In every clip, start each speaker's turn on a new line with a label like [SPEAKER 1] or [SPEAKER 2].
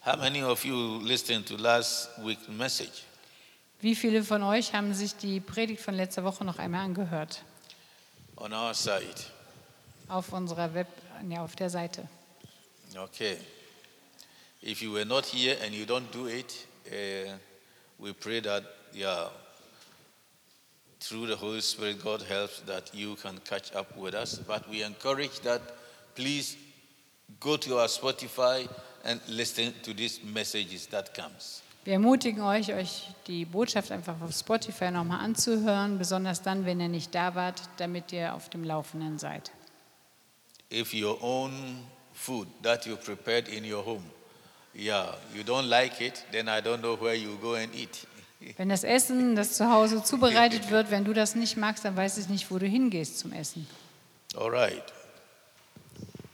[SPEAKER 1] How many of you listened to last week's message?
[SPEAKER 2] Wie viele von euch haben sich die Predigt von letzter Woche noch einmal angehört?
[SPEAKER 1] On our side.
[SPEAKER 2] Auf unserer Web, ja, auf der Seite.
[SPEAKER 1] Okay. If you were not here and you don't do it, uh, we pray that, yeah, through the Holy Spirit, God helps that you can catch up with us. But we encourage that please go to our Spotify and listen to these messages that comes.
[SPEAKER 2] Wir ermutigen euch, euch die Botschaft einfach auf Spotify nochmal anzuhören, besonders dann, wenn ihr nicht da wart, damit ihr auf dem Laufenden seid.
[SPEAKER 1] If your own food that you prepared in your home, yeah, you don't like it, then I don't know where you go and eat.
[SPEAKER 2] Wenn das Essen, das zu Hause zubereitet wird, wenn du das nicht magst, dann weiß ich nicht, wo du hingehst zum Essen.
[SPEAKER 1] All right.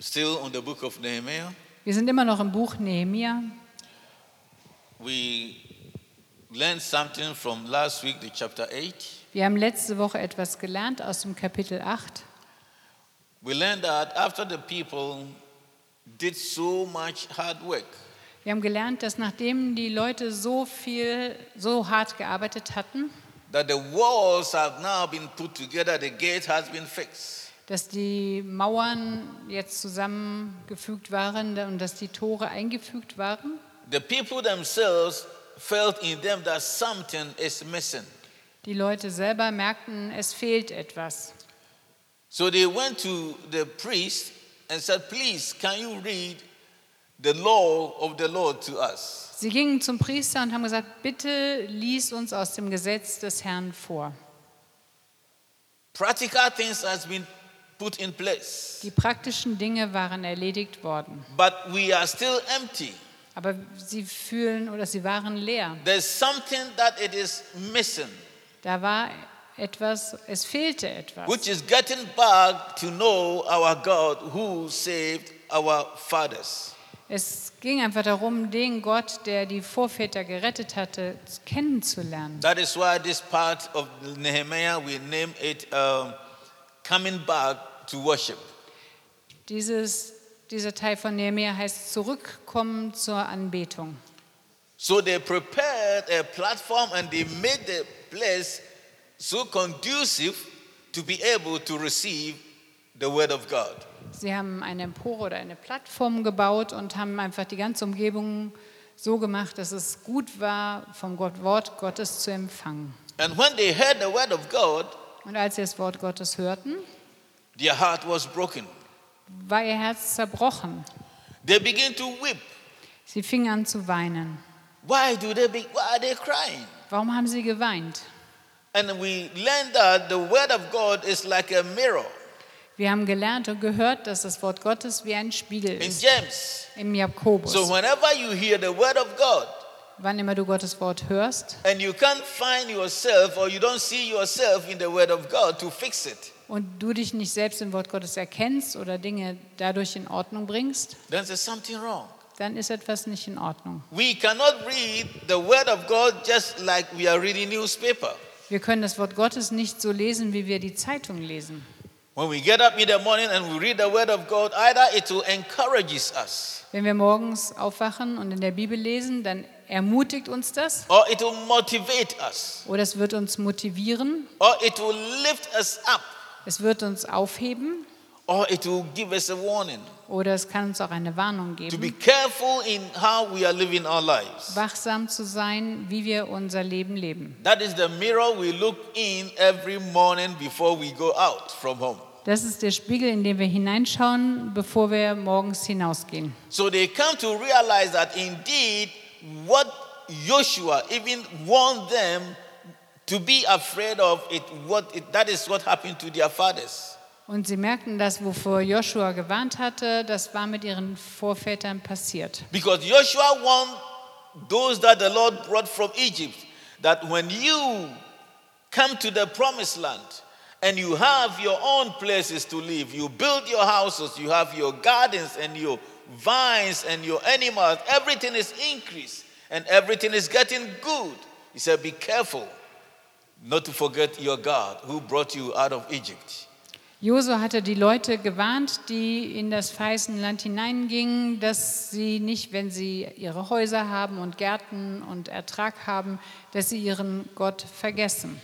[SPEAKER 1] Still on the book of Nehemiah,
[SPEAKER 2] Wir sind immer noch im Buch Nehemia.
[SPEAKER 1] we learned something from last week, the chapter 8.
[SPEAKER 2] Wir haben letzte Woche etwas gelernt aus dem Kapitel 8.
[SPEAKER 1] We learned that after the people did so much hard work,
[SPEAKER 2] Wir haben gelernt, dass nachdem die Leute so viel, so hart gearbeitet hatten,
[SPEAKER 1] that the walls have now been put together, the gate has been fixed.
[SPEAKER 2] dass die Mauern jetzt zusammengefügt waren und dass die Tore eingefügt waren.
[SPEAKER 1] The people themselves felt in them that something is missing.
[SPEAKER 2] Die Leute selber merkten, es fehlt etwas.
[SPEAKER 1] So they went to the priest and said, Please, can you read the law of the Lord to us?
[SPEAKER 2] Sie gingen zum Priester und haben gesagt, bitte lies uns aus dem Gesetz des Herrn vor.
[SPEAKER 1] Practical things has been put in place,
[SPEAKER 2] Die praktischen Dinge waren erledigt worden,
[SPEAKER 1] but we are still empty.
[SPEAKER 2] aber sie fühlen oder sie waren leer.
[SPEAKER 1] There's something that it is missing,
[SPEAKER 2] Da war etwas, es fehlte etwas.
[SPEAKER 1] which is getting back to know our God who saved our fathers.
[SPEAKER 2] Es ging einfach darum, den Gott, der die Vorväter gerettet hatte, kennenzulernen.
[SPEAKER 1] That is why this part of Nehemiah we name it um, coming back to worship.
[SPEAKER 2] Dieses, dieser Teil von Nehemiah heißt Zurückkommen zur Anbetung.
[SPEAKER 1] So they prepared a platform and they made the place so conducive to be able to receive the word of God.
[SPEAKER 2] Sie haben eine Empore oder eine Plattform gebaut und haben einfach die ganze Umgebung so gemacht, dass es gut war, vom Gott, Wort Gottes zu empfangen.
[SPEAKER 1] And when they heard the word of God,
[SPEAKER 2] Und als sie das Wort Gottes hörten,
[SPEAKER 1] their heart was broken.
[SPEAKER 2] war ihr Herz zerbrochen.
[SPEAKER 1] They began to weep.
[SPEAKER 2] Sie fingen an zu weinen.
[SPEAKER 1] Why do they be, why are they crying?
[SPEAKER 2] Warum haben sie geweint?
[SPEAKER 1] And we learned that the word of God is like a mirror.
[SPEAKER 2] Wir haben gelernt und gehört, dass das Wort Gottes wie ein Spiegel
[SPEAKER 1] In
[SPEAKER 2] ist.
[SPEAKER 1] James.
[SPEAKER 2] Im Jakobus.
[SPEAKER 1] So whenever you hear the word of God
[SPEAKER 2] Wann immer du Gottes Wort hörst
[SPEAKER 1] and you can't find yourself or you don't see yourself in the word of God to fix it,
[SPEAKER 2] und du dich nicht selbst im Wort Gottes erkennst oder Dinge dadurch in Ordnung bringst,
[SPEAKER 1] then there's something wrong.
[SPEAKER 2] dann ist etwas nicht in Ordnung.
[SPEAKER 1] We cannot read the word of God just like we are reading newspaper.
[SPEAKER 2] Wir können das Wort Gottes nicht so lesen, wie wir die Zeitung lesen.
[SPEAKER 1] When we get up in the morning and we read the word of God, either it will encourages us
[SPEAKER 2] Wenn wir morgens aufwachen und in der Bibel lesen, dann ermutigt uns das
[SPEAKER 1] or it will motivate us
[SPEAKER 2] oder es wird uns motivieren,
[SPEAKER 1] or it will lift us up
[SPEAKER 2] es wird uns aufheben
[SPEAKER 1] or it will give us a warning
[SPEAKER 2] oder es kann uns auch eine Warnung
[SPEAKER 1] to be
[SPEAKER 2] geben,
[SPEAKER 1] careful in how we are living our lives.
[SPEAKER 2] wachsam zu sein, wie wir unser Leben leben.
[SPEAKER 1] That is the mirror we look in every morning before we go out from home.
[SPEAKER 2] Das ist der Spiegel, in den wir hineinschauen, bevor wir morgens hinausgehen.
[SPEAKER 1] So they come to realize that indeed what Joshua even warned them to be afraid of it what it, that is what happened to their fathers.
[SPEAKER 2] Und sie merkten das, wovor Joshua gewarnt hatte, das war mit ihren Vorvätern passiert.
[SPEAKER 1] Because Joshua warned those that the Lord brought from Egypt that when you come to the promised land and you have your own places to live, you build your houses, you have your gardens and your vines and your animals, everything is increased and everything is getting good. He said, Be careful not to forget your God who brought you out of Egypt.
[SPEAKER 2] Josua hatte die Leute gewarnt, die in das verheißene Land hineingingen, dass sie nicht, wenn sie ihre Häuser haben und Gärten und Ertrag haben, dass sie ihren Gott vergessen.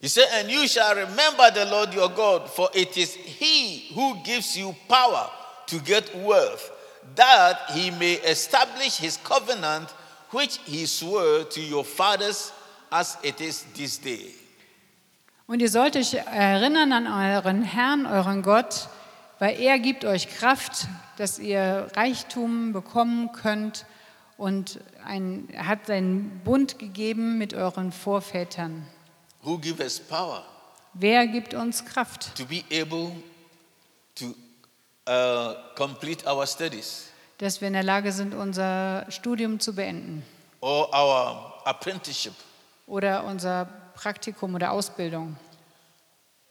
[SPEAKER 1] He said, And you shall remember the Lord your God, for it is he who gives you power to get wealth, that he may establish his covenant, which he swore to your fathers as it is this day.
[SPEAKER 2] Und ihr sollt euch erinnern an euren Herrn, euren Gott, weil er gibt euch Kraft, dass ihr Reichtum bekommen könnt und ein, er hat seinen Bund gegeben mit euren Vorvätern.
[SPEAKER 1] Who give us power
[SPEAKER 2] Wer gibt uns Kraft,
[SPEAKER 1] to be able to uh, complete our studies
[SPEAKER 2] dass wir in der Lage sind, unser Studium zu beenden
[SPEAKER 1] or our apprenticeship,
[SPEAKER 2] oder unser Praktikum oder Ausbildung?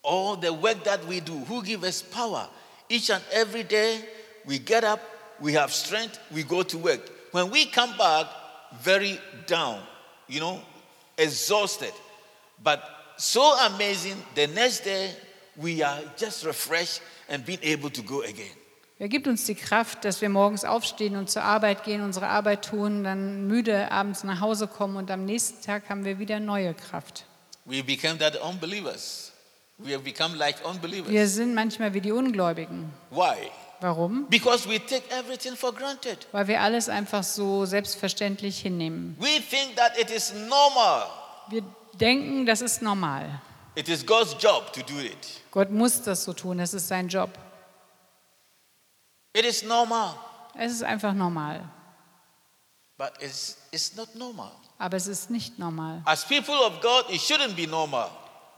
[SPEAKER 1] all the work that we do? Who give us power? Each and every day we get up, we have strength, we go to work. When we come back, very down, you know, exhausted, but so amazing. The next day we are just refreshed and being able to go again.
[SPEAKER 2] Wer gibt uns die Kraft, dass wir morgens aufstehen und zur Arbeit gehen, unsere Arbeit tun, dann müde abends nach Hause kommen und am nächsten Tag haben wir wieder neue Kraft?
[SPEAKER 1] We became that unbelievers. We have become like unbelievers.
[SPEAKER 2] Wir sind manchmal wie die Ungläubigen.
[SPEAKER 1] Why?
[SPEAKER 2] Warum?
[SPEAKER 1] Because we take everything for granted.
[SPEAKER 2] Weil wir alles einfach so selbstverständlich hinnehmen.
[SPEAKER 1] We think that it is normal.
[SPEAKER 2] Wir denken, das ist normal.
[SPEAKER 1] It is God's job to do it.
[SPEAKER 2] Gott muss das so tun, das ist sein Job.
[SPEAKER 1] It is normal,
[SPEAKER 2] Es ist einfach normal,
[SPEAKER 1] but it's, it's not normal.
[SPEAKER 2] aber es ist nicht normal.
[SPEAKER 1] As people of God, it shouldn't be normal.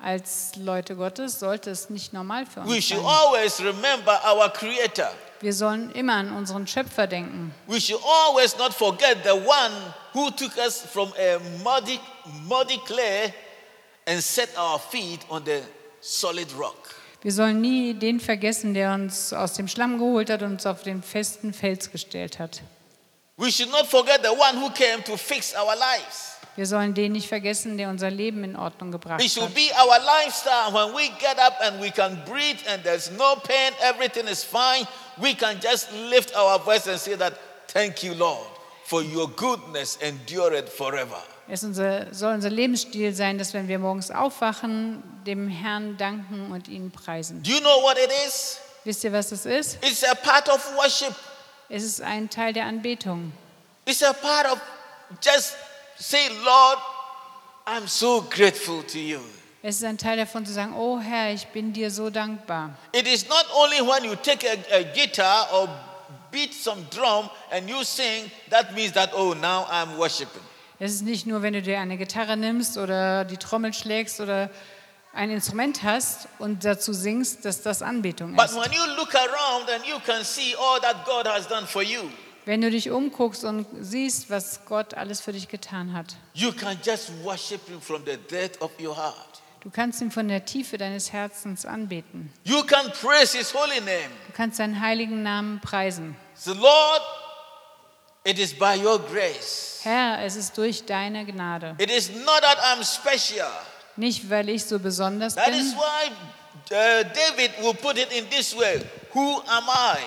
[SPEAKER 2] Als Leute Gottes sollte es nicht normal für
[SPEAKER 1] We
[SPEAKER 2] uns
[SPEAKER 1] should
[SPEAKER 2] sein.
[SPEAKER 1] always remember our Creator.
[SPEAKER 2] Wir sollen immer an unseren Schöpfer denken.
[SPEAKER 1] We should always not forget the one who took us from a muddy, muddy clay and set our feet on the solid rock.
[SPEAKER 2] Wir sollen nie den vergessen, der uns aus dem Schlamm geholt hat und uns auf den festen Fels gestellt hat.
[SPEAKER 1] We should not forget the one who came to fix our lives.
[SPEAKER 2] Wir sollen den nicht vergessen, der unser Leben in Ordnung gebracht
[SPEAKER 1] It should
[SPEAKER 2] hat.
[SPEAKER 1] be our lifestyle when we get up and we can breathe and there's no pain, everything is fine. We can just lift our voice and say that, Thank you, Lord, for your goodness endureth forever.
[SPEAKER 2] Es unser, soll unser Lebensstil sein, dass wenn wir morgens aufwachen, dem Herrn danken und ihn preisen.
[SPEAKER 1] Do you know what it is?
[SPEAKER 2] Wisst ihr, was es ist?
[SPEAKER 1] It's a part of worship,
[SPEAKER 2] Es ist ein Teil der Anbetung.
[SPEAKER 1] it's a part of just say, Lord, I'm so grateful to you.
[SPEAKER 2] Es ist ein Teil davon zu sagen, oh Herr, ich bin dir so dankbar.
[SPEAKER 1] It is not only when you take a, a guitar or beat some drum and you sing, that means that, oh, now I'm worshiping.
[SPEAKER 2] Es ist nicht nur, wenn du dir eine Gitarre nimmst oder die Trommel schlägst oder ein Instrument hast und dazu singst, dass das Anbetung
[SPEAKER 1] But
[SPEAKER 2] ist.
[SPEAKER 1] when you look around and you can see all that God has done for you,
[SPEAKER 2] Wenn du dich umguckst und siehst, was Gott alles für dich getan hat,
[SPEAKER 1] you can just worship Him from the depth of your heart.
[SPEAKER 2] du kannst ihn von der Tiefe deines Herzens anbeten.
[SPEAKER 1] You can praise His holy name.
[SPEAKER 2] Du kannst seinen heiligen Namen preisen.
[SPEAKER 1] So, Lord, it is by your grace.
[SPEAKER 2] Herr, es ist durch deine Gnade.
[SPEAKER 1] It is not that I'm special.
[SPEAKER 2] Nicht, weil ich so besonders
[SPEAKER 1] That is
[SPEAKER 2] bin.
[SPEAKER 1] why uh, David will put it in this way Who am I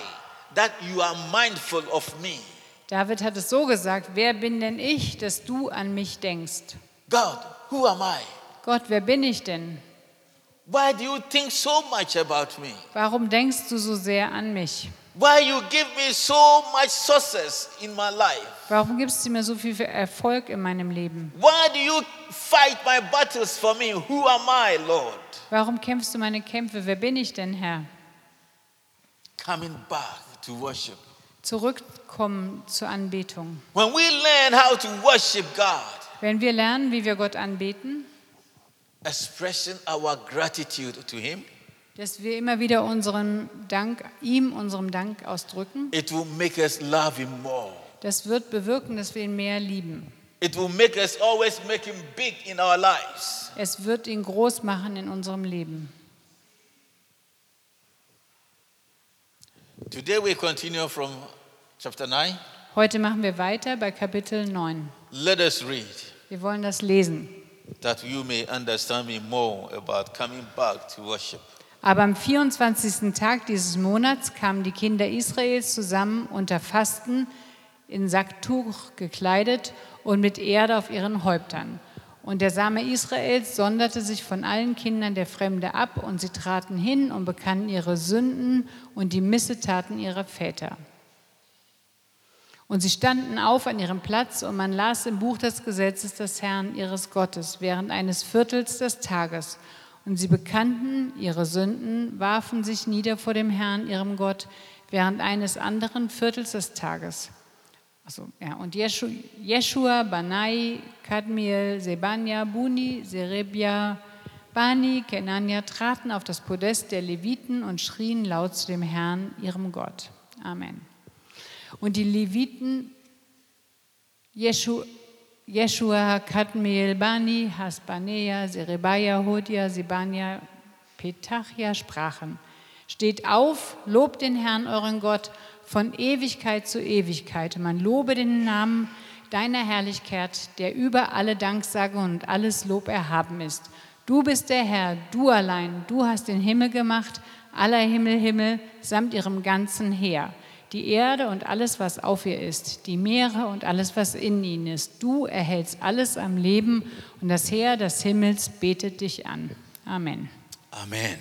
[SPEAKER 1] that you are mindful of me?
[SPEAKER 2] David hat es so gesagt, wer bin denn ich, dass du an mich denkst?
[SPEAKER 1] God, who am I?
[SPEAKER 2] Gott, wer bin ich denn?
[SPEAKER 1] Why do you think so much about me?
[SPEAKER 2] Warum denkst du so sehr an mich?
[SPEAKER 1] Why you give me so much success in my life?
[SPEAKER 2] Warum gibst du mir so viel Erfolg in meinem Leben?
[SPEAKER 1] Why do you fight my battles for me? Who am I, Lord?
[SPEAKER 2] Warum kämpfst du meine Kämpfe? Wer bin ich denn, Herr?
[SPEAKER 1] Coming back to worship.
[SPEAKER 2] Zurückkommen zur Anbetung.
[SPEAKER 1] When we learn how to worship God,
[SPEAKER 2] Wenn wir lernen, wie wir Gott anbeten,
[SPEAKER 1] expressing our gratitude to Him,
[SPEAKER 2] dass wir immer wieder unseren Dank, ihm unserem Dank ausdrücken,
[SPEAKER 1] it will make us love Him more.
[SPEAKER 2] das wird bewirken, dass wir ihn mehr lieben.
[SPEAKER 1] It will make us always make Him big in our lives.
[SPEAKER 2] Es wird ihn groß machen in unserem Leben.
[SPEAKER 1] Today we continue from chapter 9.
[SPEAKER 2] Heute machen wir weiter bei Kapitel 9.
[SPEAKER 1] Let us read
[SPEAKER 2] Wir wollen das lesen,
[SPEAKER 1] that you may understand me more about coming back to worship.
[SPEAKER 2] Aber am 24. Tag dieses Monats kamen die Kinder Israels zusammen unter Fasten, in Sacktuch gekleidet und mit Erde auf ihren Häuptern. Und der Same Israels sonderte sich von allen Kindern der Fremde ab, und sie traten hin und bekannten ihre Sünden und die Missetaten ihrer Väter. Und sie standen auf an ihrem Platz, und man las im Buch des Gesetzes des Herrn ihres Gottes während eines Viertels des Tages. Und sie bekannten ihre Sünden, warfen sich nieder vor dem Herrn, ihrem Gott, während eines anderen Viertels des Tages. Also, ja, und Jesu, Jeshua, Banai, Kadmiel, Sebania, Buni, Serebia, Bani, Kenania traten auf das Podest der Leviten und schrien laut zu dem Herrn, ihrem Gott. Amen. Und die Leviten, Jeshu, Jeshua, Kadmiel, Bani, Hasbanea, Serebaya, Hodia, Sebania, Petachia sprachen: Steht auf, lobt den Herrn, euren Gott, von Ewigkeit zu Ewigkeit. Man lobe den Namen deiner Herrlichkeit, der über alle Danksagung und alles Lob erhaben ist. Du bist der Herr, du allein, du hast den Himmel gemacht, aller Himmel, Himmel, samt ihrem ganzen Heer die Erde und alles, was auf ihr ist, die Meere und alles, was in ihnen ist. Du erhältst alles am Leben und das Heer des Himmels betet dich an. Amen.
[SPEAKER 1] Amen.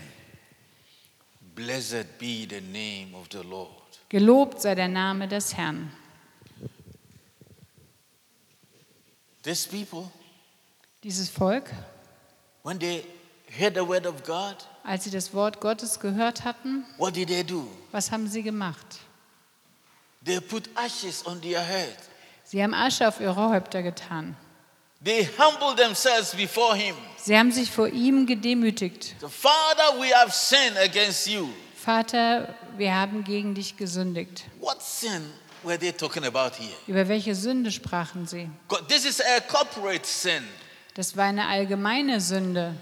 [SPEAKER 1] Blessed be the name of the Lord.
[SPEAKER 2] Gelobt sei der Name des Herrn.
[SPEAKER 1] These people,
[SPEAKER 2] Dieses Volk,
[SPEAKER 1] when they heard the word of God,
[SPEAKER 2] als sie das Wort Gottes gehört hatten,
[SPEAKER 1] what did they do?
[SPEAKER 2] was haben sie gemacht?
[SPEAKER 1] They put ashes on their head.
[SPEAKER 2] Sie haben Asche auf ihre Häupter getan.
[SPEAKER 1] They humbled themselves before him.
[SPEAKER 2] Sie haben sich vor ihm gedemütigt.
[SPEAKER 1] The Father, we have sinned against you.
[SPEAKER 2] Vater, wir haben gegen dich gesündigt.
[SPEAKER 1] What sin were they talking about here?
[SPEAKER 2] Über welche Sünde sprachen sie?
[SPEAKER 1] God, this is a corporate sin.
[SPEAKER 2] Das war eine allgemeine Sünde.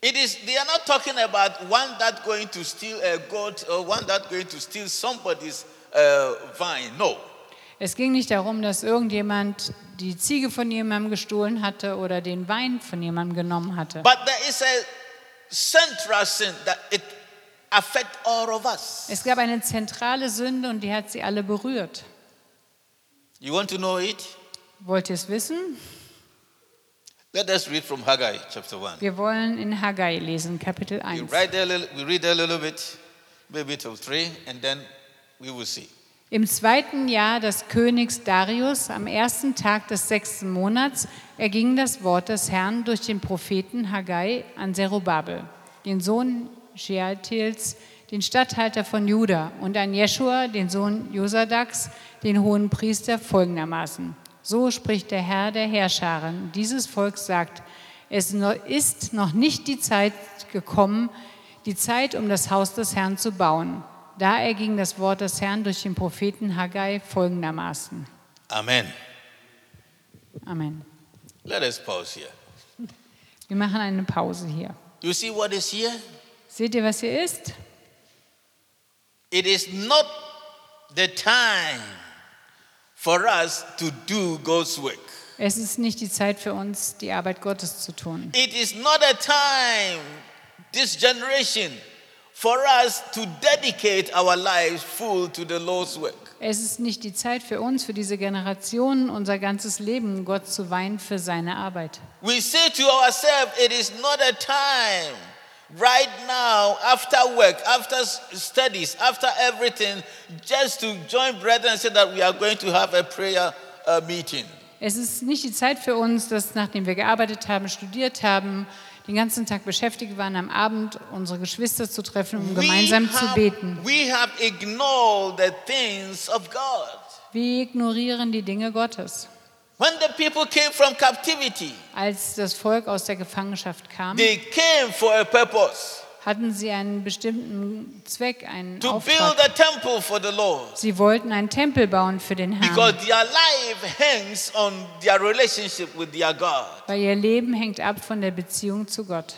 [SPEAKER 1] It is they are not talking about one that going to steal a goat or one that going to steal somebody's uh, vine. No.
[SPEAKER 2] Es ging nicht darum, dass irgendjemand die Ziege von jemandem gestohlen hatte oder den Wein von jemandem genommen hatte.
[SPEAKER 1] But there is a central sin that it affect all of us.
[SPEAKER 2] Es gab eine zentrale Sünde und die hat sie alle berührt.
[SPEAKER 1] You want to know it?
[SPEAKER 2] Wollt ihr es wissen?
[SPEAKER 1] Let us read from Haggai chapter 1.
[SPEAKER 2] Wir wollen in Haggai lesen, Kapitel
[SPEAKER 1] We
[SPEAKER 2] 1.
[SPEAKER 1] read a little, we read a little bit, maybe till 3, and then we will see.
[SPEAKER 2] Im zweiten Jahr des Königs Darius, am ersten Tag des sechsten Monats, erging das Wort des Herrn durch den Propheten Haggai an Zerubabel, den Sohn Shealtiels, den Statthalter von Juda, und an Jeschua, den Sohn Josadaks, den hohen Priester, folgendermaßen. So spricht der Herr der Herrscharen. Dieses Volk sagt, es no- ist noch nicht die Zeit gekommen, die Zeit, um das Haus des Herrn zu bauen. Da erging das Wort des Herrn durch den Propheten Haggai folgendermaßen.
[SPEAKER 1] Amen.
[SPEAKER 2] Amen.
[SPEAKER 1] Let us pause here.
[SPEAKER 2] Wir machen eine Pause hier.
[SPEAKER 1] You see what is here?
[SPEAKER 2] Seht ihr, was hier ist?
[SPEAKER 1] It is not the time for us to do God's work.
[SPEAKER 2] Es ist nicht die Zeit für uns, die Arbeit Gottes zu tun.
[SPEAKER 1] It is not a time, this generation, for us to dedicate our lives full to the Lord's work.
[SPEAKER 2] Es ist nicht die Zeit für uns, für diese Generation, unser ganzes Leben Gott zu weihen für seine Arbeit.
[SPEAKER 1] We say to ourselves, it is not a time right now, after work, after s- studies, after everything, just to join brethren and say that we are going to have a prayer uh, meeting.
[SPEAKER 2] Es ist nicht die Zeit für uns, dass nachdem wir gearbeitet haben, studiert haben, den ganzen Tag beschäftigt waren, am Abend unsere Geschwister zu treffen, um gemeinsam zu beten.
[SPEAKER 1] we have ignored the things of God.
[SPEAKER 2] Wir ignorieren die Dinge Gottes.
[SPEAKER 1] When the people came from captivity,
[SPEAKER 2] Als das Volk aus der Gefangenschaft kam,
[SPEAKER 1] they came for a purpose
[SPEAKER 2] hatten sie einen bestimmten Zweck, einen
[SPEAKER 1] to build
[SPEAKER 2] Auftrag.
[SPEAKER 1] a temple for the Lord.
[SPEAKER 2] Sie wollten einen Tempel bauen für den Herrn,
[SPEAKER 1] Because their life hangs on their relationship with their God.
[SPEAKER 2] weil ihr Leben hängt ab von der Beziehung zu Gott.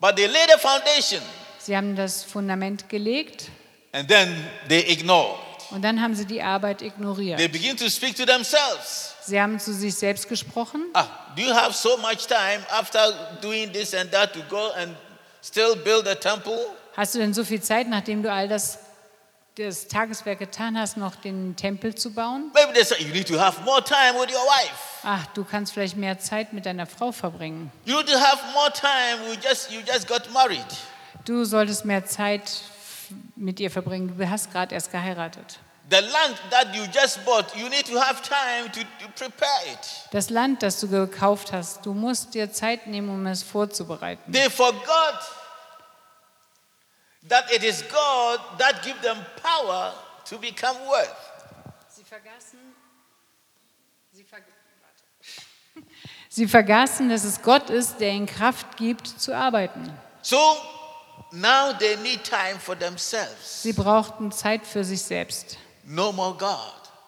[SPEAKER 1] But they laid a foundation
[SPEAKER 2] Sie haben das Fundament gelegt
[SPEAKER 1] and then they ignore.
[SPEAKER 2] und dann haben sie die Arbeit
[SPEAKER 1] They
[SPEAKER 2] ignoriert.
[SPEAKER 1] begin to speak to themselves.
[SPEAKER 2] Sie haben zu sich selbst gesprochen.
[SPEAKER 1] Ah, do you have so much time after doing this and that to go and still build a temple?
[SPEAKER 2] Hast du denn so viel Zeit, nachdem du all das, das Tageswerk getan hast, noch den Tempel zu bauen?
[SPEAKER 1] Maybe they say you need to have more time with your wife.
[SPEAKER 2] Ach, du kannst vielleicht mehr Zeit mit deiner Frau verbringen.
[SPEAKER 1] You need to have more time. We just you just got married.
[SPEAKER 2] Du solltest mehr Zeit f- mit ihr verbringen. Du hast gerade erst geheiratet.
[SPEAKER 1] The land that you just bought, you need to have time to, to prepare it.
[SPEAKER 2] Das Land, das du gekauft hast, du musst dir Zeit nehmen, um es vorzubereiten.
[SPEAKER 1] They forgot that it is God that gives them power to become wealth.
[SPEAKER 2] Sie vergaßen, sie, ver sie vergaßen, dass es Gott ist, der ihnen Kraft gibt, zu arbeiten.
[SPEAKER 1] So now they need time for themselves.
[SPEAKER 2] Sie brauchten Zeit für sich selbst,
[SPEAKER 1] No more God.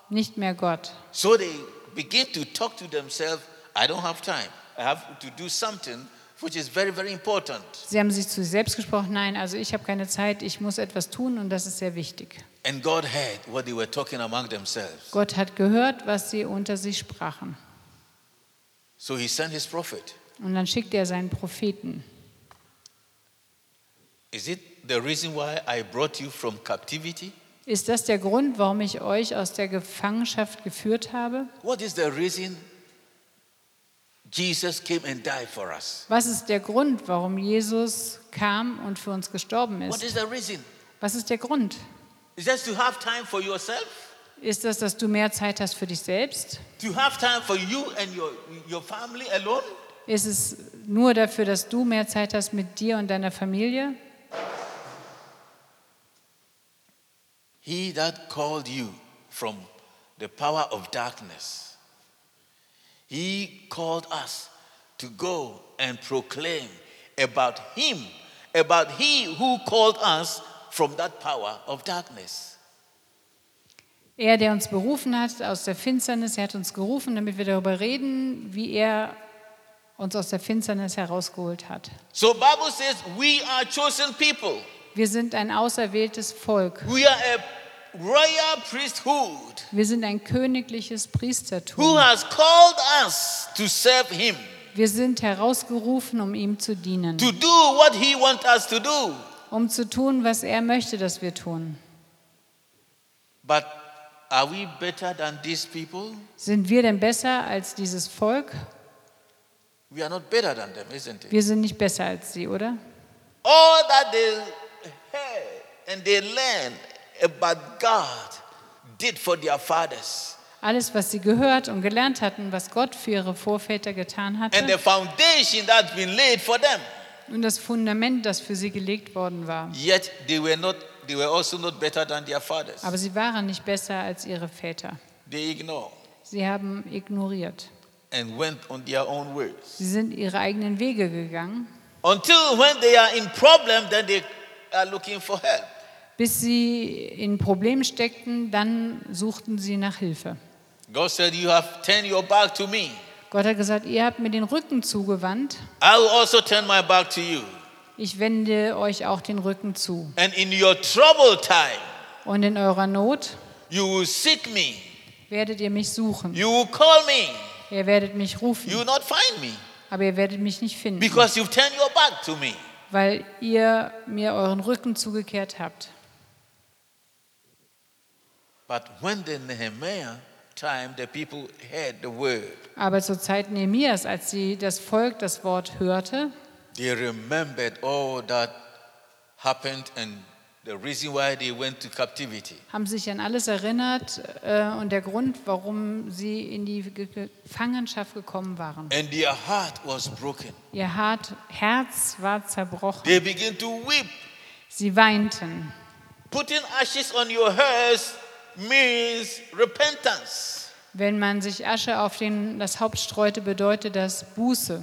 [SPEAKER 2] nicht mehr Gott.
[SPEAKER 1] So they begin to talk to themselves I don't have time. I have to do something which is very, very important.
[SPEAKER 2] Sie haben sich zu sich selbst gesprochen, nein, also ich habe keine Zeit, ich muss etwas tun und das ist sehr wichtig.
[SPEAKER 1] And God heard what they were talking among themselves.
[SPEAKER 2] Gott hat gehört, was sie unter sich sprachen.
[SPEAKER 1] So he sent his prophet.
[SPEAKER 2] Und dann schickte er seinen Propheten.
[SPEAKER 1] Is it the reason why I brought you from captivity?
[SPEAKER 2] Ist das der Grund, warum ich euch aus der Gefangenschaft geführt habe?
[SPEAKER 1] What is the reason Jesus came and died for us?
[SPEAKER 2] Was ist der Grund, warum Jesus kam und für uns gestorben
[SPEAKER 1] What
[SPEAKER 2] ist?
[SPEAKER 1] is the reason?
[SPEAKER 2] Was ist der Grund?
[SPEAKER 1] Is just to have time for yourself,
[SPEAKER 2] Ist das, dass du mehr Zeit hast für dich selbst?
[SPEAKER 1] to have time for you and your, your family alone?
[SPEAKER 2] Ist es nur dafür, dass du mehr Zeit hast mit dir und deiner Familie?
[SPEAKER 1] He that called you from the power of darkness, he called us to go and proclaim about him, about he who called us from that power of darkness.
[SPEAKER 2] Er, der uns berufen hat aus der Finsternis, er hat uns gerufen, damit wir darüber reden, wie er uns aus der Finsternis herausgeholt hat.
[SPEAKER 1] So Bible says we are chosen people.
[SPEAKER 2] Wir sind ein auserwähltes Volk.
[SPEAKER 1] We are a royal priesthood
[SPEAKER 2] Wir sind ein königliches
[SPEAKER 1] who
[SPEAKER 2] Priestertum.
[SPEAKER 1] has called us to serve him,
[SPEAKER 2] Wir sind herausgerufen, um ihm zu dienen,
[SPEAKER 1] to do what he wants us to do.
[SPEAKER 2] um zu tun, was er möchte, dass wir tun.
[SPEAKER 1] But are we better than these people?
[SPEAKER 2] Sind wir denn besser als dieses Volk?
[SPEAKER 1] We are not better than them, isn't it?
[SPEAKER 2] Wir sind nicht besser als sie, oder?
[SPEAKER 1] All that they heard and they learned about God did for their fathers.
[SPEAKER 2] Alles, was sie gehört und gelernt hatten, was Gott für ihre Vorväter getan
[SPEAKER 1] And the
[SPEAKER 2] hatte
[SPEAKER 1] foundation that's been laid for them.
[SPEAKER 2] und das Fundament, das für sie gelegt worden war.
[SPEAKER 1] Yet they were not they were also not better than their fathers.
[SPEAKER 2] Aber sie waren nicht besser als ihre Väter.
[SPEAKER 1] They ignore
[SPEAKER 2] Sie haben ignoriert.
[SPEAKER 1] and went on their own ways.
[SPEAKER 2] Sie sind ihre eigenen Wege gegangen,
[SPEAKER 1] Until when they are in problem, then they are looking for help.
[SPEAKER 2] bis sie in Problemen steckten, dann suchten sie nach Hilfe.
[SPEAKER 1] God said, You have turned your back to me.
[SPEAKER 2] Gott hat gesagt, ihr habt mir den Rücken zugewandt,
[SPEAKER 1] I will also turn my back to you.
[SPEAKER 2] ich wende euch auch den Rücken zu.
[SPEAKER 1] And in your trouble time,
[SPEAKER 2] Und in eurer Not
[SPEAKER 1] you will seek me.
[SPEAKER 2] werdet ihr mich suchen.
[SPEAKER 1] You will call me.
[SPEAKER 2] Ihr werdet mich
[SPEAKER 1] You will
[SPEAKER 2] rufen,
[SPEAKER 1] not find me
[SPEAKER 2] aber ihr werdet mich nicht finden,
[SPEAKER 1] because you've turned your back to me.
[SPEAKER 2] weil ihr mir euren Rücken zugekehrt habt.
[SPEAKER 1] But when the Nehemiah time, the people heard the word,
[SPEAKER 2] Aber zur Zeit Nehemias, als sie das Volk das Wort hörte,
[SPEAKER 1] they remembered all that happened and the reason why they went to captivity.
[SPEAKER 2] haben sich an alles erinnert äh, und der Grund, warum sie in die Ge- Gefangenschaft gekommen waren.
[SPEAKER 1] And their heart was broken.
[SPEAKER 2] Ihr hart Herz war zerbrochen.
[SPEAKER 1] They began to weep
[SPEAKER 2] Sie weinten.
[SPEAKER 1] Putting ashes on your heads means repentance.
[SPEAKER 2] Wenn man sich Asche auf den, das Haupt streute, bedeutet das Buße.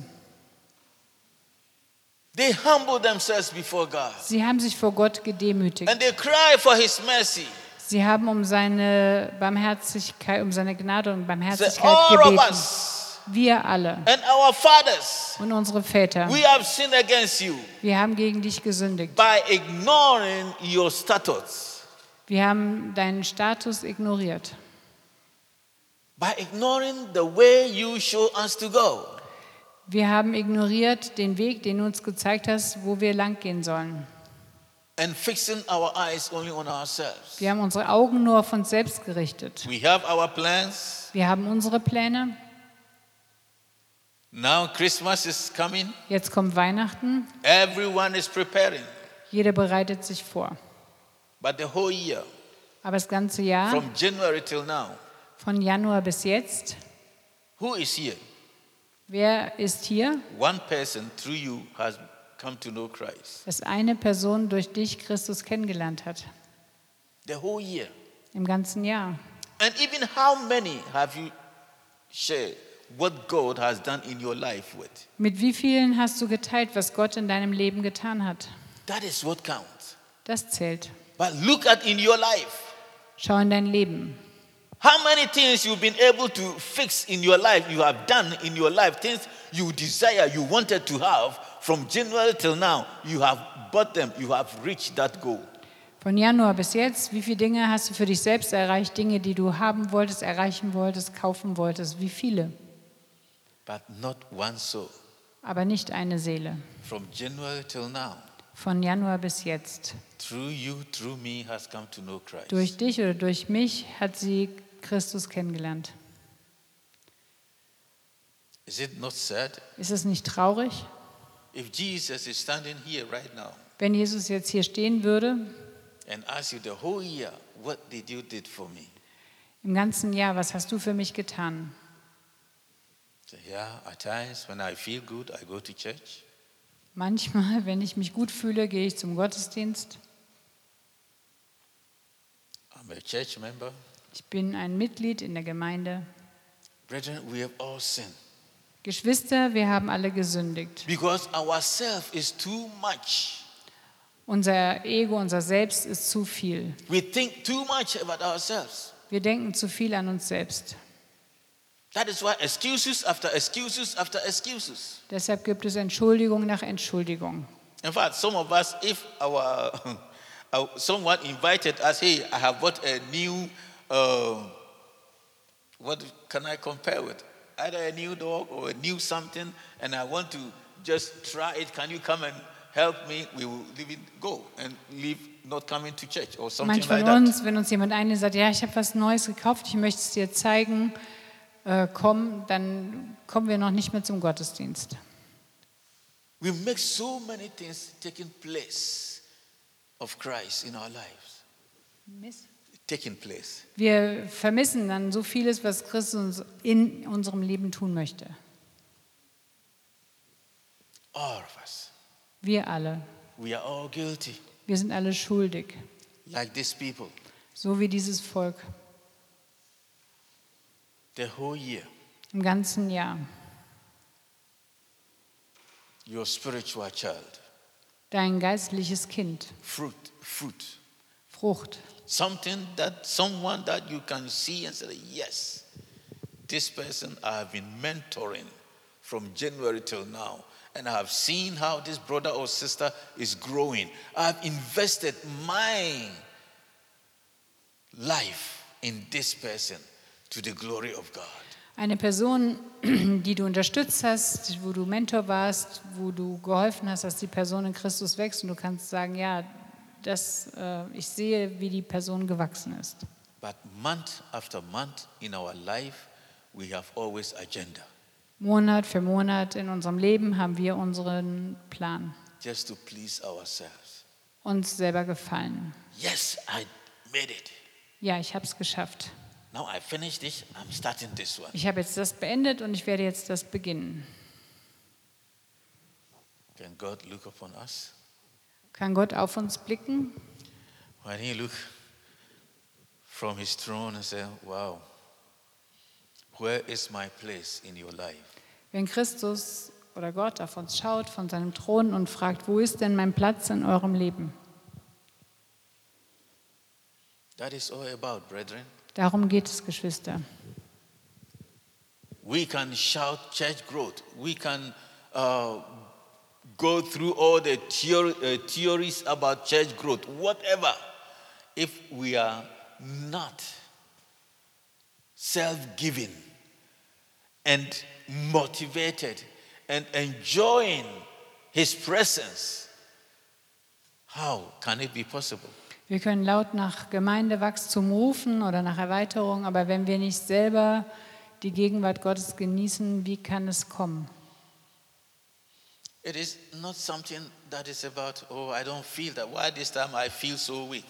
[SPEAKER 1] They humble themselves before God
[SPEAKER 2] Sie haben sich vor Gott gedemütigt.
[SPEAKER 1] and they cry for His mercy.
[SPEAKER 2] Sie haben um seine Barmherzigkeit, um seine Gnade und
[SPEAKER 1] Say,
[SPEAKER 2] Barmherzigkeit
[SPEAKER 1] all of
[SPEAKER 2] gebeten.
[SPEAKER 1] us
[SPEAKER 2] Wir alle
[SPEAKER 1] and our fathers,
[SPEAKER 2] und unsere Väter,
[SPEAKER 1] we have sinned against you
[SPEAKER 2] wir haben gegen dich gesündigt.
[SPEAKER 1] by ignoring your statutes,
[SPEAKER 2] Wir haben deinen Status ignoriert.
[SPEAKER 1] by ignoring the way you show us to go.
[SPEAKER 2] Wir haben ignoriert den Weg, den du uns gezeigt hast, wo wir lang gehen sollen.
[SPEAKER 1] and fixing our eyes only on ourselves.
[SPEAKER 2] Wir haben unsere Augen nur auf uns selbst gerichtet.
[SPEAKER 1] We have our plans.
[SPEAKER 2] Wir haben unsere Pläne.
[SPEAKER 1] Now Christmas is coming.
[SPEAKER 2] Jetzt kommt Weihnachten.
[SPEAKER 1] Everyone is preparing.
[SPEAKER 2] Jeder bereitet sich vor.
[SPEAKER 1] But the whole year,
[SPEAKER 2] Aber das ganze Jahr,
[SPEAKER 1] from January till now,
[SPEAKER 2] von Januar bis jetzt,
[SPEAKER 1] who is here?
[SPEAKER 2] wer ist hier?
[SPEAKER 1] One person through you has come to know Christ.
[SPEAKER 2] Dass eine Person durch dich Christus kennengelernt hat.
[SPEAKER 1] The whole year.
[SPEAKER 2] Im ganzen Jahr.
[SPEAKER 1] And even how many have you shared what God has done in your life with?
[SPEAKER 2] Mit wie vielen hast du geteilt, was Gott in deinem Leben getan hat?
[SPEAKER 1] That is what counts.
[SPEAKER 2] Das zählt.
[SPEAKER 1] But look at in your life.
[SPEAKER 2] Schau in dein Leben.
[SPEAKER 1] How many things you've been able to fix in your life, you have done in your life, things you desire, you wanted to have from January till now, you have bought them, you have reached that goal.
[SPEAKER 2] Von Januar bis jetzt, wie viele Dinge hast du für dich selbst erreicht? Dinge, die du haben wolltest, erreichen wolltest, kaufen wolltest. Wie viele?
[SPEAKER 1] But not one soul.
[SPEAKER 2] Aber nicht eine Seele.
[SPEAKER 1] From January till now,
[SPEAKER 2] Von Januar bis jetzt.
[SPEAKER 1] through you, through me, has come to know Christ.
[SPEAKER 2] Durch dich oder durch mich hat sie Christus kennengelernt.
[SPEAKER 1] Is it not sad?
[SPEAKER 2] Ist es nicht traurig?
[SPEAKER 1] If Jesus is standing here right now
[SPEAKER 2] Wenn Jesus jetzt hier stehen würde,
[SPEAKER 1] and asks you the whole year, what did you did for me?
[SPEAKER 2] im ganzen Jahr, was hast du für mich getan?
[SPEAKER 1] Say, yeah, at times when I feel good, I go to church.
[SPEAKER 2] Manchmal, wenn ich mich gut fühle, gehe ich zum Gottesdienst.
[SPEAKER 1] I'm a church member.
[SPEAKER 2] Ich bin ein Mitglied in der Gemeinde.
[SPEAKER 1] Brethren, we have all sinned.
[SPEAKER 2] Geschwister, wir haben alle gesündigt.
[SPEAKER 1] Because ourself is too much.
[SPEAKER 2] Unser Ego, unser Selbst ist zu viel.
[SPEAKER 1] We think too much about ourselves.
[SPEAKER 2] Wir denken zu viel an uns selbst.
[SPEAKER 1] That is why excuses after excuses after excuses.
[SPEAKER 2] Deshalb gibt es Entschuldigung nach Entschuldigung.
[SPEAKER 1] In fact, some of us, if our uh, someone invited us, hey, I have bought a new, um what can I compare with? Either a new dog or a new something, and I want to just try it. Can you come and help me? We will leave it go and leave not coming to church or something
[SPEAKER 2] Manch von
[SPEAKER 1] like that.
[SPEAKER 2] uns, wenn uns jemand eine sagt, ja, ich habe was Neues gekauft, ich möchte es dir zeigen, äh, komm, dann kommen wir noch nicht mehr zum Gottesdienst.
[SPEAKER 1] We make so many things taking place of Christ in our lives. Taking place.
[SPEAKER 2] Wir vermissen dann so vieles, was Christus uns in unserem Leben tun möchte.
[SPEAKER 1] All of us.
[SPEAKER 2] Wir alle.
[SPEAKER 1] We are all guilty,
[SPEAKER 2] Wir sind alle schuldig,
[SPEAKER 1] like these people.
[SPEAKER 2] so wie dieses Volk
[SPEAKER 1] The whole year,
[SPEAKER 2] im ganzen Jahr.
[SPEAKER 1] your spiritual child,
[SPEAKER 2] Dein geistliches Kind,
[SPEAKER 1] fruit, fruit,
[SPEAKER 2] Frucht.
[SPEAKER 1] something that someone that you can see and say, yes, this person I have been mentoring from January till now, and I have seen how this brother or sister is growing. I have invested my life in this person to the glory of God.
[SPEAKER 2] Eine Person, die du unterstützt hast, wo du Mentor warst, wo du geholfen hast, dass die Person in Christus wächst und du kannst sagen, ja, das, äh, ich sehe, wie die Person gewachsen ist.
[SPEAKER 1] But month after month in our life, we have always agenda
[SPEAKER 2] Monat für Monat in unserem Leben haben wir unseren Plan
[SPEAKER 1] just to please ourselves.
[SPEAKER 2] uns selber gefallen.
[SPEAKER 1] Yes, I made it.
[SPEAKER 2] Ja, ich habe es geschafft.
[SPEAKER 1] Now I finished this, I'm starting this one.
[SPEAKER 2] Ich habe jetzt das beendet und ich werde jetzt das beginnen.
[SPEAKER 1] Can God look upon us?
[SPEAKER 2] Kann Gott auf uns blicken?
[SPEAKER 1] When He look from His throne and say, "Wow, where is my place in your life?"
[SPEAKER 2] Wenn Christus oder Gott auf uns schaut von seinem Thron und fragt, wo ist denn mein Platz in eurem Leben?
[SPEAKER 1] That is all about, brethren.
[SPEAKER 2] Darum geht es, Geschwister.
[SPEAKER 1] We can shout church growth. We can uh, go through all the theor- uh, theories about church growth, whatever. If we are not self giving and motivated and enjoying His presence, how can it be possible?
[SPEAKER 2] Wir können laut nach Gemeindewachstum rufen oder nach Erweiterung, aber wenn wir nicht selber die Gegenwart Gottes genießen, wie kann es kommen?
[SPEAKER 1] It is not something that is about, oh, I don't feel that. Why this time I feel so weak?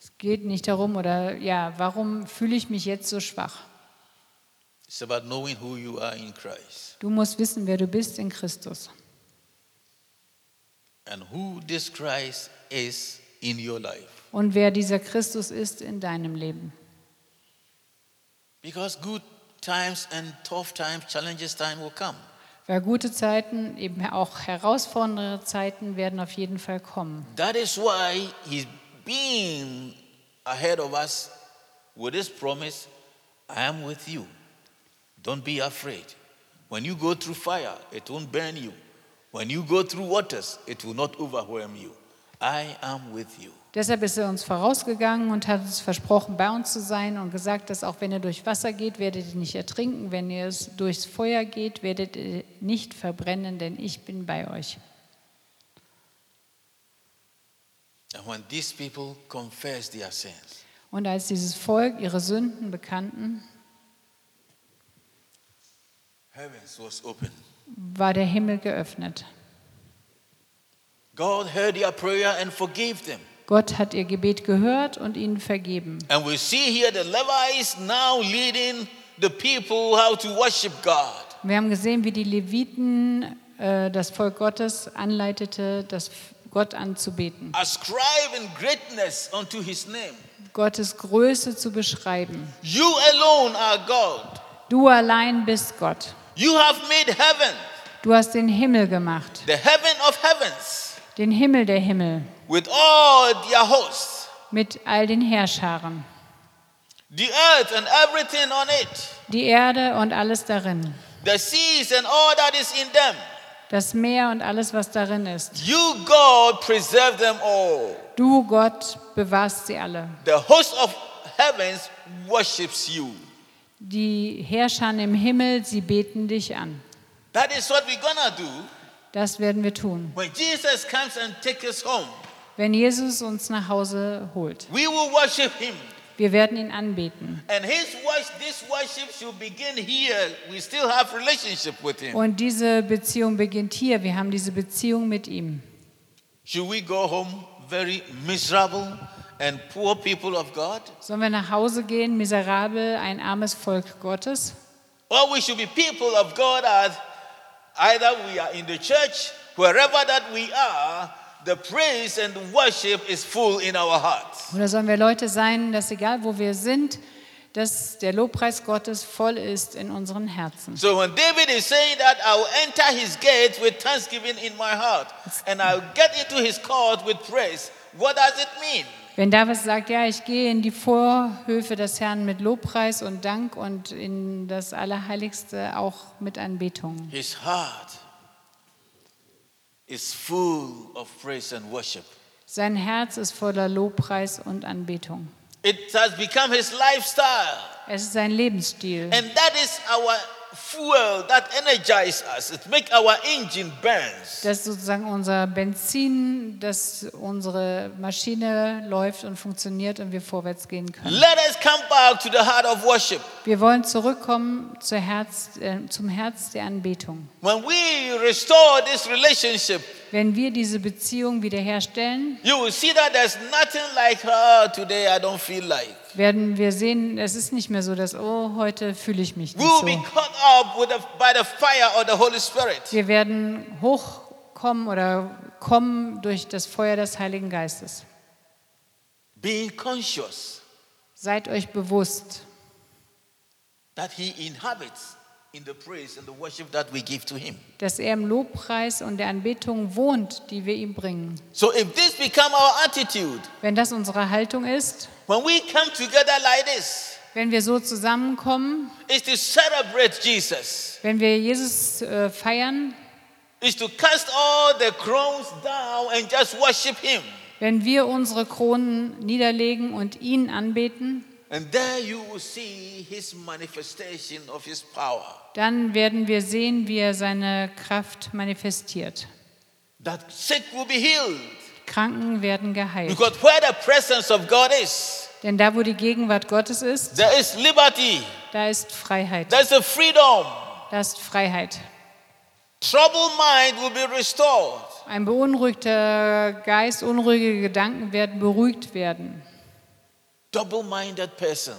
[SPEAKER 2] Es geht nicht darum, oder ja, warum fühle ich mich jetzt so schwach?
[SPEAKER 1] It's about knowing who you are in Christ
[SPEAKER 2] Du musst wissen, wer du bist in Christus
[SPEAKER 1] and who this Christ is in your life.
[SPEAKER 2] und wer dieser Christus ist in deinem Leben.
[SPEAKER 1] Because good times and tough times, challenges time will come.
[SPEAKER 2] Weil gute Zeiten, eben auch herausfordernde Zeiten werden auf jeden Fall kommen.
[SPEAKER 1] That is why he's being ahead of us with his promise I am with you. Don't be afraid. When you go through fire, it won't burn you. When you go through waters, it will not overwhelm you. I am with you.
[SPEAKER 2] Deshalb ist er uns vorausgegangen und hat uns versprochen, bei uns zu sein und gesagt, dass auch wenn ihr durch Wasser geht, werdet ihr nicht ertrinken, wenn ihr es durchs Feuer geht, werdet ihr nicht verbrennen, denn ich bin bei euch.
[SPEAKER 1] And when these people confess their sins,
[SPEAKER 2] Und als dieses Volk ihre Sünden bekannten,
[SPEAKER 1] heavens was open.
[SPEAKER 2] war der Himmel geöffnet.
[SPEAKER 1] God heard their prayer and forgave them.
[SPEAKER 2] Gott hat ihr Gebet gehört und ihnen vergeben.
[SPEAKER 1] And we see here the Levites now leading the people how to worship God.
[SPEAKER 2] Wir haben gesehen, wie die Leviten äh, das Volk Gottes anleitete, das F- Gott anzubeten,
[SPEAKER 1] ascribing greatness unto his name.
[SPEAKER 2] Gottes Größe zu beschreiben.
[SPEAKER 1] You alone are God.
[SPEAKER 2] Du allein bist Gott.
[SPEAKER 1] You have made heaven,
[SPEAKER 2] Du hast den Himmel gemacht,
[SPEAKER 1] the heaven of heavens,
[SPEAKER 2] den Himmel der Himmel,
[SPEAKER 1] with all their hosts,
[SPEAKER 2] mit all den Herrscharen,
[SPEAKER 1] the earth and everything on it,
[SPEAKER 2] die Erde und alles darin,
[SPEAKER 1] the seas and all that is in them.
[SPEAKER 2] das Meer und alles, was darin ist.
[SPEAKER 1] You, God, preserve them all.
[SPEAKER 2] Du, Gott, bewahrst sie alle.
[SPEAKER 1] The host of heavens worships you.
[SPEAKER 2] Die Herrscher im Himmel, sie beten dich an.
[SPEAKER 1] That is what we're gonna do
[SPEAKER 2] Das werden wir tun.
[SPEAKER 1] when Jesus comes and takes us home.
[SPEAKER 2] Wenn Jesus uns nach Hause holt,
[SPEAKER 1] We will worship him.
[SPEAKER 2] wir werden ihn anbeten.
[SPEAKER 1] And his worship, this worship should begin here. We still have relationship with him.
[SPEAKER 2] Und diese Beziehung beginnt hier. Wir haben diese Beziehung mit ihm.
[SPEAKER 1] Should we go home very miserable and poor people of God?
[SPEAKER 2] Sollen wir nach Hause gehen, miserabel, ein armes Volk Gottes?
[SPEAKER 1] Or we should be people of God as either we are in the church, wherever that we are, the praise and the worship is full in our hearts.
[SPEAKER 2] Oder sollen wir Leute sein, dass egal wo wir sind, dass der Lobpreis Gottes voll ist in unseren Herzen?
[SPEAKER 1] So when David is saying that I will enter his gates with thanksgiving in my heart and I'll get into his court with praise, what does it mean?
[SPEAKER 2] Wenn David sagt, ja, ich gehe in die Vorhöfe des Herrn mit Lobpreis und Dank und in das Allerheiligste auch mit Anbetung.
[SPEAKER 1] His heart is full of praise and worship.
[SPEAKER 2] Sein Herz ist voller Lobpreis und Anbetung.
[SPEAKER 1] It has become his lifestyle.
[SPEAKER 2] Es ist sein Lebensstil.
[SPEAKER 1] And that is our fuel that energizes us. It makes our engine burns.
[SPEAKER 2] Das ist sozusagen unser Benzin, dass unsere Maschine läuft und funktioniert und wir vorwärts gehen können.
[SPEAKER 1] Let us come back to the heart of worship.
[SPEAKER 2] Wir wollen zurückkommen zur Herz, äh, zum Herz der Anbetung.
[SPEAKER 1] When we restore this relationship,
[SPEAKER 2] Wenn wir diese Beziehung wiederherstellen,
[SPEAKER 1] you will see that there's nothing like her today. I don't feel like.
[SPEAKER 2] werden wir sehen, es ist nicht mehr so, dass, oh, heute fühle ich mich
[SPEAKER 1] We
[SPEAKER 2] nicht
[SPEAKER 1] will be
[SPEAKER 2] so.
[SPEAKER 1] caught up with the, by the fire of the Holy Spirit.
[SPEAKER 2] Wir werden hochkommen oder kommen durch das Feuer des Heiligen Geistes.
[SPEAKER 1] Being conscious
[SPEAKER 2] Seid euch bewusst,
[SPEAKER 1] that He inhabits in the praise and the worship that we give to Him.
[SPEAKER 2] dass er im Lobpreis und der Anbetung wohnt, die wir ihm bringen.
[SPEAKER 1] So if this become our attitude,
[SPEAKER 2] Wenn das unsere Haltung ist,
[SPEAKER 1] when we come together like this,
[SPEAKER 2] wenn wir so zusammenkommen,
[SPEAKER 1] is to celebrate Jesus,
[SPEAKER 2] wenn wir Jesus äh, feiern,
[SPEAKER 1] is to cast all the crowns down and just worship him.
[SPEAKER 2] wenn wir unsere Kronen niederlegen und ihn anbeten,
[SPEAKER 1] And there you will see his manifestation of his power
[SPEAKER 2] dann werden wir sehen, wie er seine Kraft manifestiert.
[SPEAKER 1] that sick will be healed.
[SPEAKER 2] Kranken werden geheilt.
[SPEAKER 1] Because where the presence of God is,
[SPEAKER 2] Denn da, wo die Gegenwart Gottes ist,
[SPEAKER 1] there is liberty,
[SPEAKER 2] da ist Freiheit.
[SPEAKER 1] there's a freedom.
[SPEAKER 2] Da ist Freiheit.
[SPEAKER 1] Troubled mind will be restored.
[SPEAKER 2] Ein beunruhigter Geist, unruhige Gedanken werden beruhigt werden.
[SPEAKER 1] Double minded person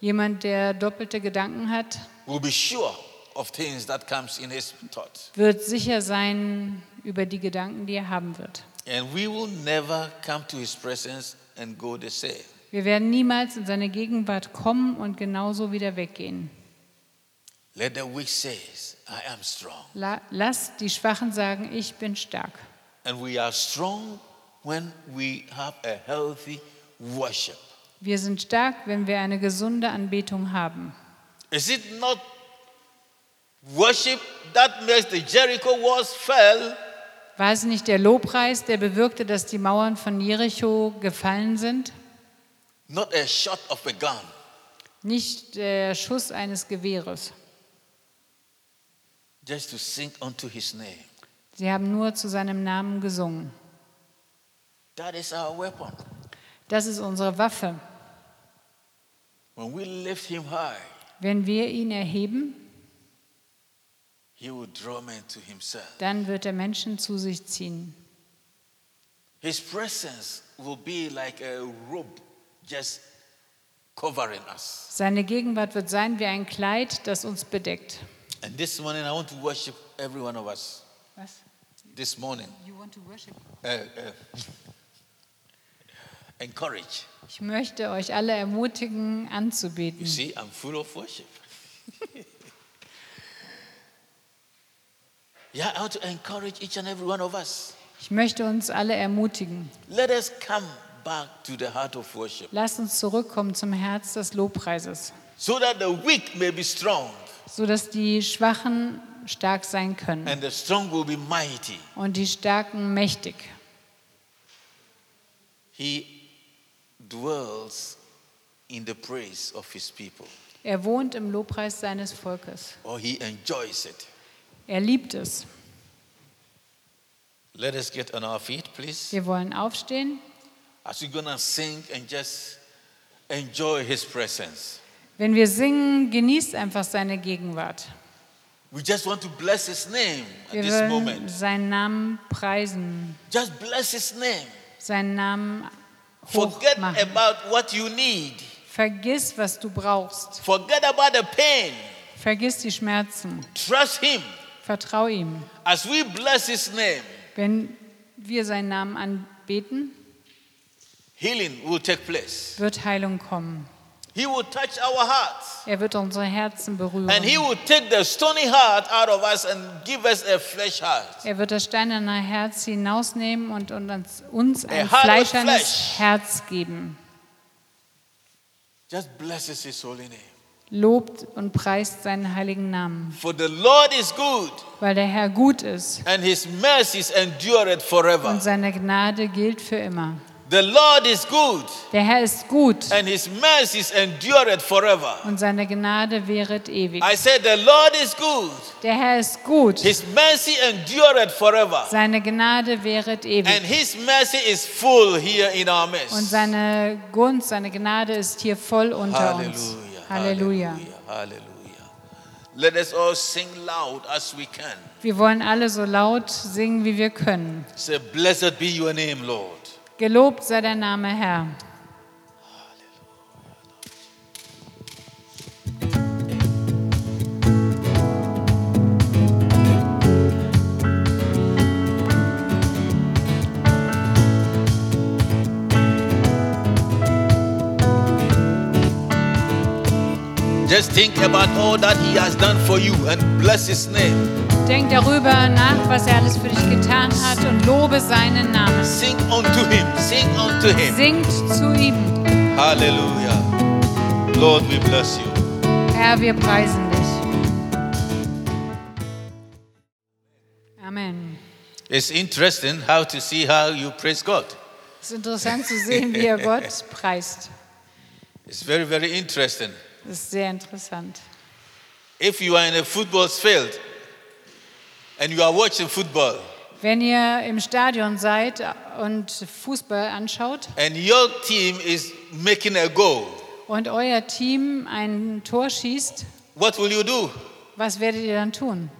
[SPEAKER 2] Jemand, der doppelte Gedanken hat,
[SPEAKER 1] will be sure of things that comes in his thought.
[SPEAKER 2] wird sicher sein über die Gedanken, die er haben wird.
[SPEAKER 1] And we will never come to his presence and go the same.
[SPEAKER 2] Wir werden niemals in seine Gegenwart kommen und genauso wieder weggehen.
[SPEAKER 1] Let the weak say, I am strong.
[SPEAKER 2] La lasst die Schwachen sagen, ich bin stark.
[SPEAKER 1] And we are strong when we have a healthy worship.
[SPEAKER 2] Wir sind stark, wenn wir eine gesunde Anbetung haben.
[SPEAKER 1] Is it not worship that makes the Jericho walls fell?
[SPEAKER 2] War es nicht der Lobpreis, der bewirkte, dass die Mauern von Jericho gefallen sind?
[SPEAKER 1] Not a shot of a gun.
[SPEAKER 2] Nicht der Schuss eines Gewehres.
[SPEAKER 1] Just to sing unto his name.
[SPEAKER 2] Sie haben nur zu seinem Namen gesungen.
[SPEAKER 1] That is our weapon.
[SPEAKER 2] Das ist unsere Waffe.
[SPEAKER 1] When we lift him high,
[SPEAKER 2] Wenn wir ihn erheben,
[SPEAKER 1] he will draw men to himself.
[SPEAKER 2] dann wird er Menschen zu sich ziehen.
[SPEAKER 1] His presence will be like a robe just covering us.
[SPEAKER 2] Seine Gegenwart wird sein wie ein Kleid, das uns bedeckt.
[SPEAKER 1] And this morning, I want to worship every one of us.
[SPEAKER 2] Was?
[SPEAKER 1] This morning, uh, uh, encourage.
[SPEAKER 2] Ich möchte euch alle ermutigen,
[SPEAKER 1] You
[SPEAKER 2] anzubeten.
[SPEAKER 1] see, I'm full of worship. yeah, I want to encourage each and every one of us.
[SPEAKER 2] Ich möchte uns alle ermutigen.
[SPEAKER 1] Let us come back to the heart of worship
[SPEAKER 2] Lasst uns zurückkommen zum Herz des Lobpreises,
[SPEAKER 1] so that the weak may be strong
[SPEAKER 2] sodass die Schwachen stark sein können
[SPEAKER 1] and the strong will be mighty.
[SPEAKER 2] und die Starken mächtig.
[SPEAKER 1] He dwells in the praise of his people,
[SPEAKER 2] Er wohnt im Lobpreis seines Volkes.
[SPEAKER 1] or he enjoys it.
[SPEAKER 2] Er liebt es.
[SPEAKER 1] Let us get on our feet, please.
[SPEAKER 2] Wir wollen aufstehen.
[SPEAKER 1] As we're going to sing and just enjoy his presence.
[SPEAKER 2] Wenn wir singen, genießt einfach seine Gegenwart.
[SPEAKER 1] We just want to bless his name at
[SPEAKER 2] Wir
[SPEAKER 1] this
[SPEAKER 2] wollen
[SPEAKER 1] moment.
[SPEAKER 2] seinen Namen preisen,
[SPEAKER 1] Just bless his name.
[SPEAKER 2] seinen Namen Oh,
[SPEAKER 1] Forget
[SPEAKER 2] hochmachen.
[SPEAKER 1] about what you need.
[SPEAKER 2] Vergiss, was du brauchst.
[SPEAKER 1] Forget about the pain.
[SPEAKER 2] Vergiss die Schmerzen.
[SPEAKER 1] Trust him.
[SPEAKER 2] Vertrau ihm.
[SPEAKER 1] As we bless his name,
[SPEAKER 2] Wenn wir seinen Namen anbeten,
[SPEAKER 1] healing will take place.
[SPEAKER 2] wird Heilung kommen.
[SPEAKER 1] He will touch our hearts.
[SPEAKER 2] Er wird unsere Herzen berühren.
[SPEAKER 1] And he will take the stony heart out of us and give us a flesh heart.
[SPEAKER 2] Er wird das steinerne Herz hinausnehmen und uns, uns
[SPEAKER 1] A
[SPEAKER 2] ein
[SPEAKER 1] heart of
[SPEAKER 2] fleischernes
[SPEAKER 1] flesh.
[SPEAKER 2] Herz geben.
[SPEAKER 1] Just bless his holy name.
[SPEAKER 2] Lobt und preist seinen heiligen Namen,
[SPEAKER 1] For the Lord is good,
[SPEAKER 2] weil der Herr gut ist
[SPEAKER 1] and his mercies endureth forever.
[SPEAKER 2] und seine Gnade gilt für immer.
[SPEAKER 1] The Lord is good,
[SPEAKER 2] Der Herr ist gut
[SPEAKER 1] and his mercies endureth forever.
[SPEAKER 2] und seine Gnade währet ewig.
[SPEAKER 1] I said, The Lord is good,
[SPEAKER 2] Der Herr ist gut,
[SPEAKER 1] his mercy endureth forever.
[SPEAKER 2] seine Gnade währet
[SPEAKER 1] And
[SPEAKER 2] ewig
[SPEAKER 1] his mercy is full here in our
[SPEAKER 2] und
[SPEAKER 1] midst.
[SPEAKER 2] seine Gunst, seine Gnade ist hier voll unter uns.
[SPEAKER 1] Hallelujah.
[SPEAKER 2] Halleluja.
[SPEAKER 1] Hallelujah. Let us all sing loud as we can.
[SPEAKER 2] Wir wollen alle so laut singen, wie wir können.
[SPEAKER 1] Say, Blessed be your name, Lord.
[SPEAKER 2] Gelobt sei der Name Herr.
[SPEAKER 1] Just think about all that he has done for you and bless his name.
[SPEAKER 2] Denk darüber nach, was er alles für dich getan hat und lobe seinen Namen.
[SPEAKER 1] Sing unto him. Sing unto him.
[SPEAKER 2] Singt zu ihm.
[SPEAKER 1] Hallelujah. Lord, we bless you.
[SPEAKER 2] Herr, wir preisen dich. Amen.
[SPEAKER 1] It's interesting how to see how you praise God.
[SPEAKER 2] Es ist interessant zu sehen, wie er Gott preist.
[SPEAKER 1] It's very, very interesting.
[SPEAKER 2] Das ist sehr interessant.
[SPEAKER 1] If you are in a football field and you are watching football
[SPEAKER 2] Wenn ihr im Stadion seid und Fußball anschaut
[SPEAKER 1] and your team is making a goal,
[SPEAKER 2] und euer Team ein Tor schießt,
[SPEAKER 1] what will you do?
[SPEAKER 2] was werdet ihr dann tun?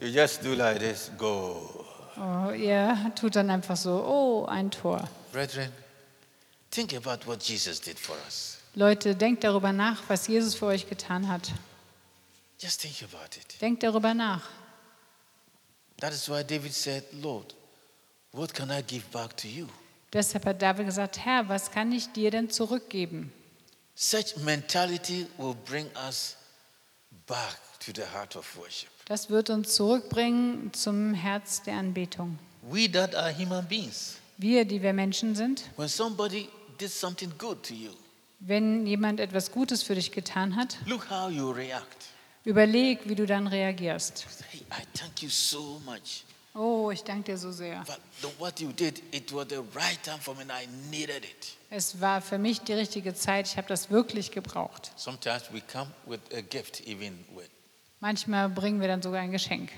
[SPEAKER 1] You just do like this go.
[SPEAKER 2] Oh, ihr tut dann einfach so, oh, ein Tor.
[SPEAKER 1] Brethren, think about what Jesus did for us.
[SPEAKER 2] Leute, denkt darüber nach, was Jesus für euch getan hat.
[SPEAKER 1] Just think about it.
[SPEAKER 2] Denkt darüber nach.
[SPEAKER 1] That is why David said, Lord, what can I give back to you?
[SPEAKER 2] Deshalb hat David gesagt, Herr, was kann ich dir denn zurückgeben?
[SPEAKER 1] Such mentality will bring us back to the heart of worship.
[SPEAKER 2] Das wird uns zurückbringen zum Herz der Anbetung.
[SPEAKER 1] We that are human beings,
[SPEAKER 2] Wir, die wir Menschen sind,
[SPEAKER 1] when somebody did something good to you,
[SPEAKER 2] wenn jemand etwas Gutes für dich getan hat,
[SPEAKER 1] look how you react.
[SPEAKER 2] überleg, wie du dann reagierst.
[SPEAKER 1] Hey, I thank you so much.
[SPEAKER 2] Oh, ich danke dir so sehr.
[SPEAKER 1] But the, what you did, it was the right time for me and I needed it.
[SPEAKER 2] Es war für mich die richtige Zeit. Ich habe das wirklich gebraucht.
[SPEAKER 1] Sometimes we come with a gift, even with
[SPEAKER 2] Manchmal bringen wir dann sogar ein Geschenk.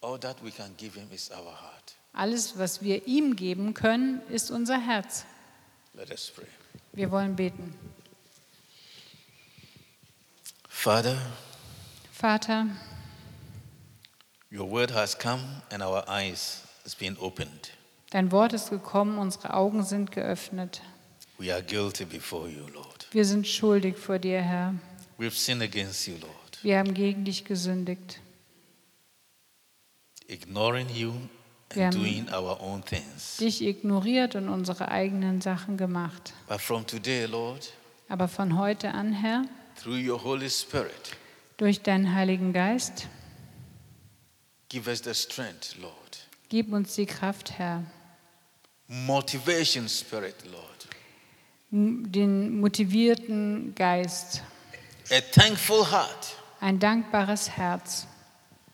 [SPEAKER 1] all that we can give him is our heart.
[SPEAKER 2] Alles, was wir ihm geben können, ist unser Herz.
[SPEAKER 1] Let us pray.
[SPEAKER 2] Wir wollen beten.
[SPEAKER 1] Father,
[SPEAKER 2] Vater,
[SPEAKER 1] your word has come and our eyes has been opened.
[SPEAKER 2] dein Wort ist gekommen, unsere Augen sind geöffnet.
[SPEAKER 1] We are guilty before you, Lord.
[SPEAKER 2] Wir sind schuldig vor dir, Herr.
[SPEAKER 1] We've sinned against you, Lord,
[SPEAKER 2] Wir haben gegen dich gesündigt.
[SPEAKER 1] ignoring you
[SPEAKER 2] Wir
[SPEAKER 1] and
[SPEAKER 2] haben-
[SPEAKER 1] doing our own things.
[SPEAKER 2] Dich ignoriert und unsere eigenen Sachen gemacht.
[SPEAKER 1] But from today, Lord,
[SPEAKER 2] Aber von heute an, Herr,
[SPEAKER 1] through your Holy Spirit,
[SPEAKER 2] durch deinen Heiligen Geist,
[SPEAKER 1] give us the strength, Lord,
[SPEAKER 2] gib uns die Kraft, Herr,
[SPEAKER 1] motivation, Spirit, Lord,
[SPEAKER 2] m- den motivierten Geist,
[SPEAKER 1] a thankful heart
[SPEAKER 2] ein dankbares Herz,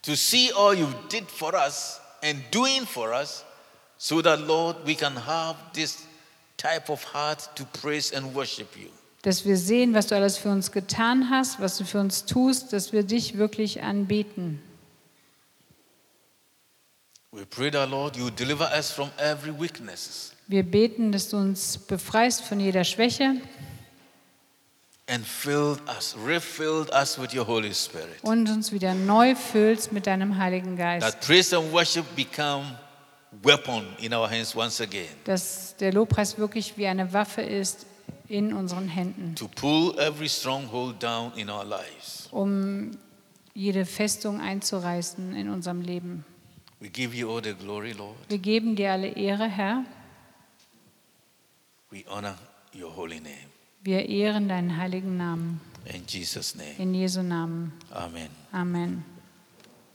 [SPEAKER 1] to see all you did for us and doing for us, so that, Lord, we can have this type of heart to praise and worship you.
[SPEAKER 2] dass wir sehen, was du alles für uns getan hast, was du für uns tust, dass wir dich wirklich anbeten.
[SPEAKER 1] We pray that, Lord, you deliver us from every weakness
[SPEAKER 2] Wir beten, dass du uns befreist von jeder Schwäche
[SPEAKER 1] and fill us, refill us with your Holy Spirit.
[SPEAKER 2] und uns wieder neu füllst mit deinem Heiligen Geist.
[SPEAKER 1] That praise and worship become weapon in our hands once again
[SPEAKER 2] Dass der Lobpreis wirklich wie eine Waffe ist in unseren Händen,
[SPEAKER 1] to pull every stronghold down in our lives.
[SPEAKER 2] um jede Festung einzureißen in unserem Leben.
[SPEAKER 1] We give you all the glory, Lord.
[SPEAKER 2] Wir geben dir alle Ehre, Herr.
[SPEAKER 1] We honor your holy name.
[SPEAKER 2] Wir ehren deinen heiligen Namen.
[SPEAKER 1] In Jesus' name.
[SPEAKER 2] In Jesu Namen.
[SPEAKER 1] Amen.
[SPEAKER 2] Amen.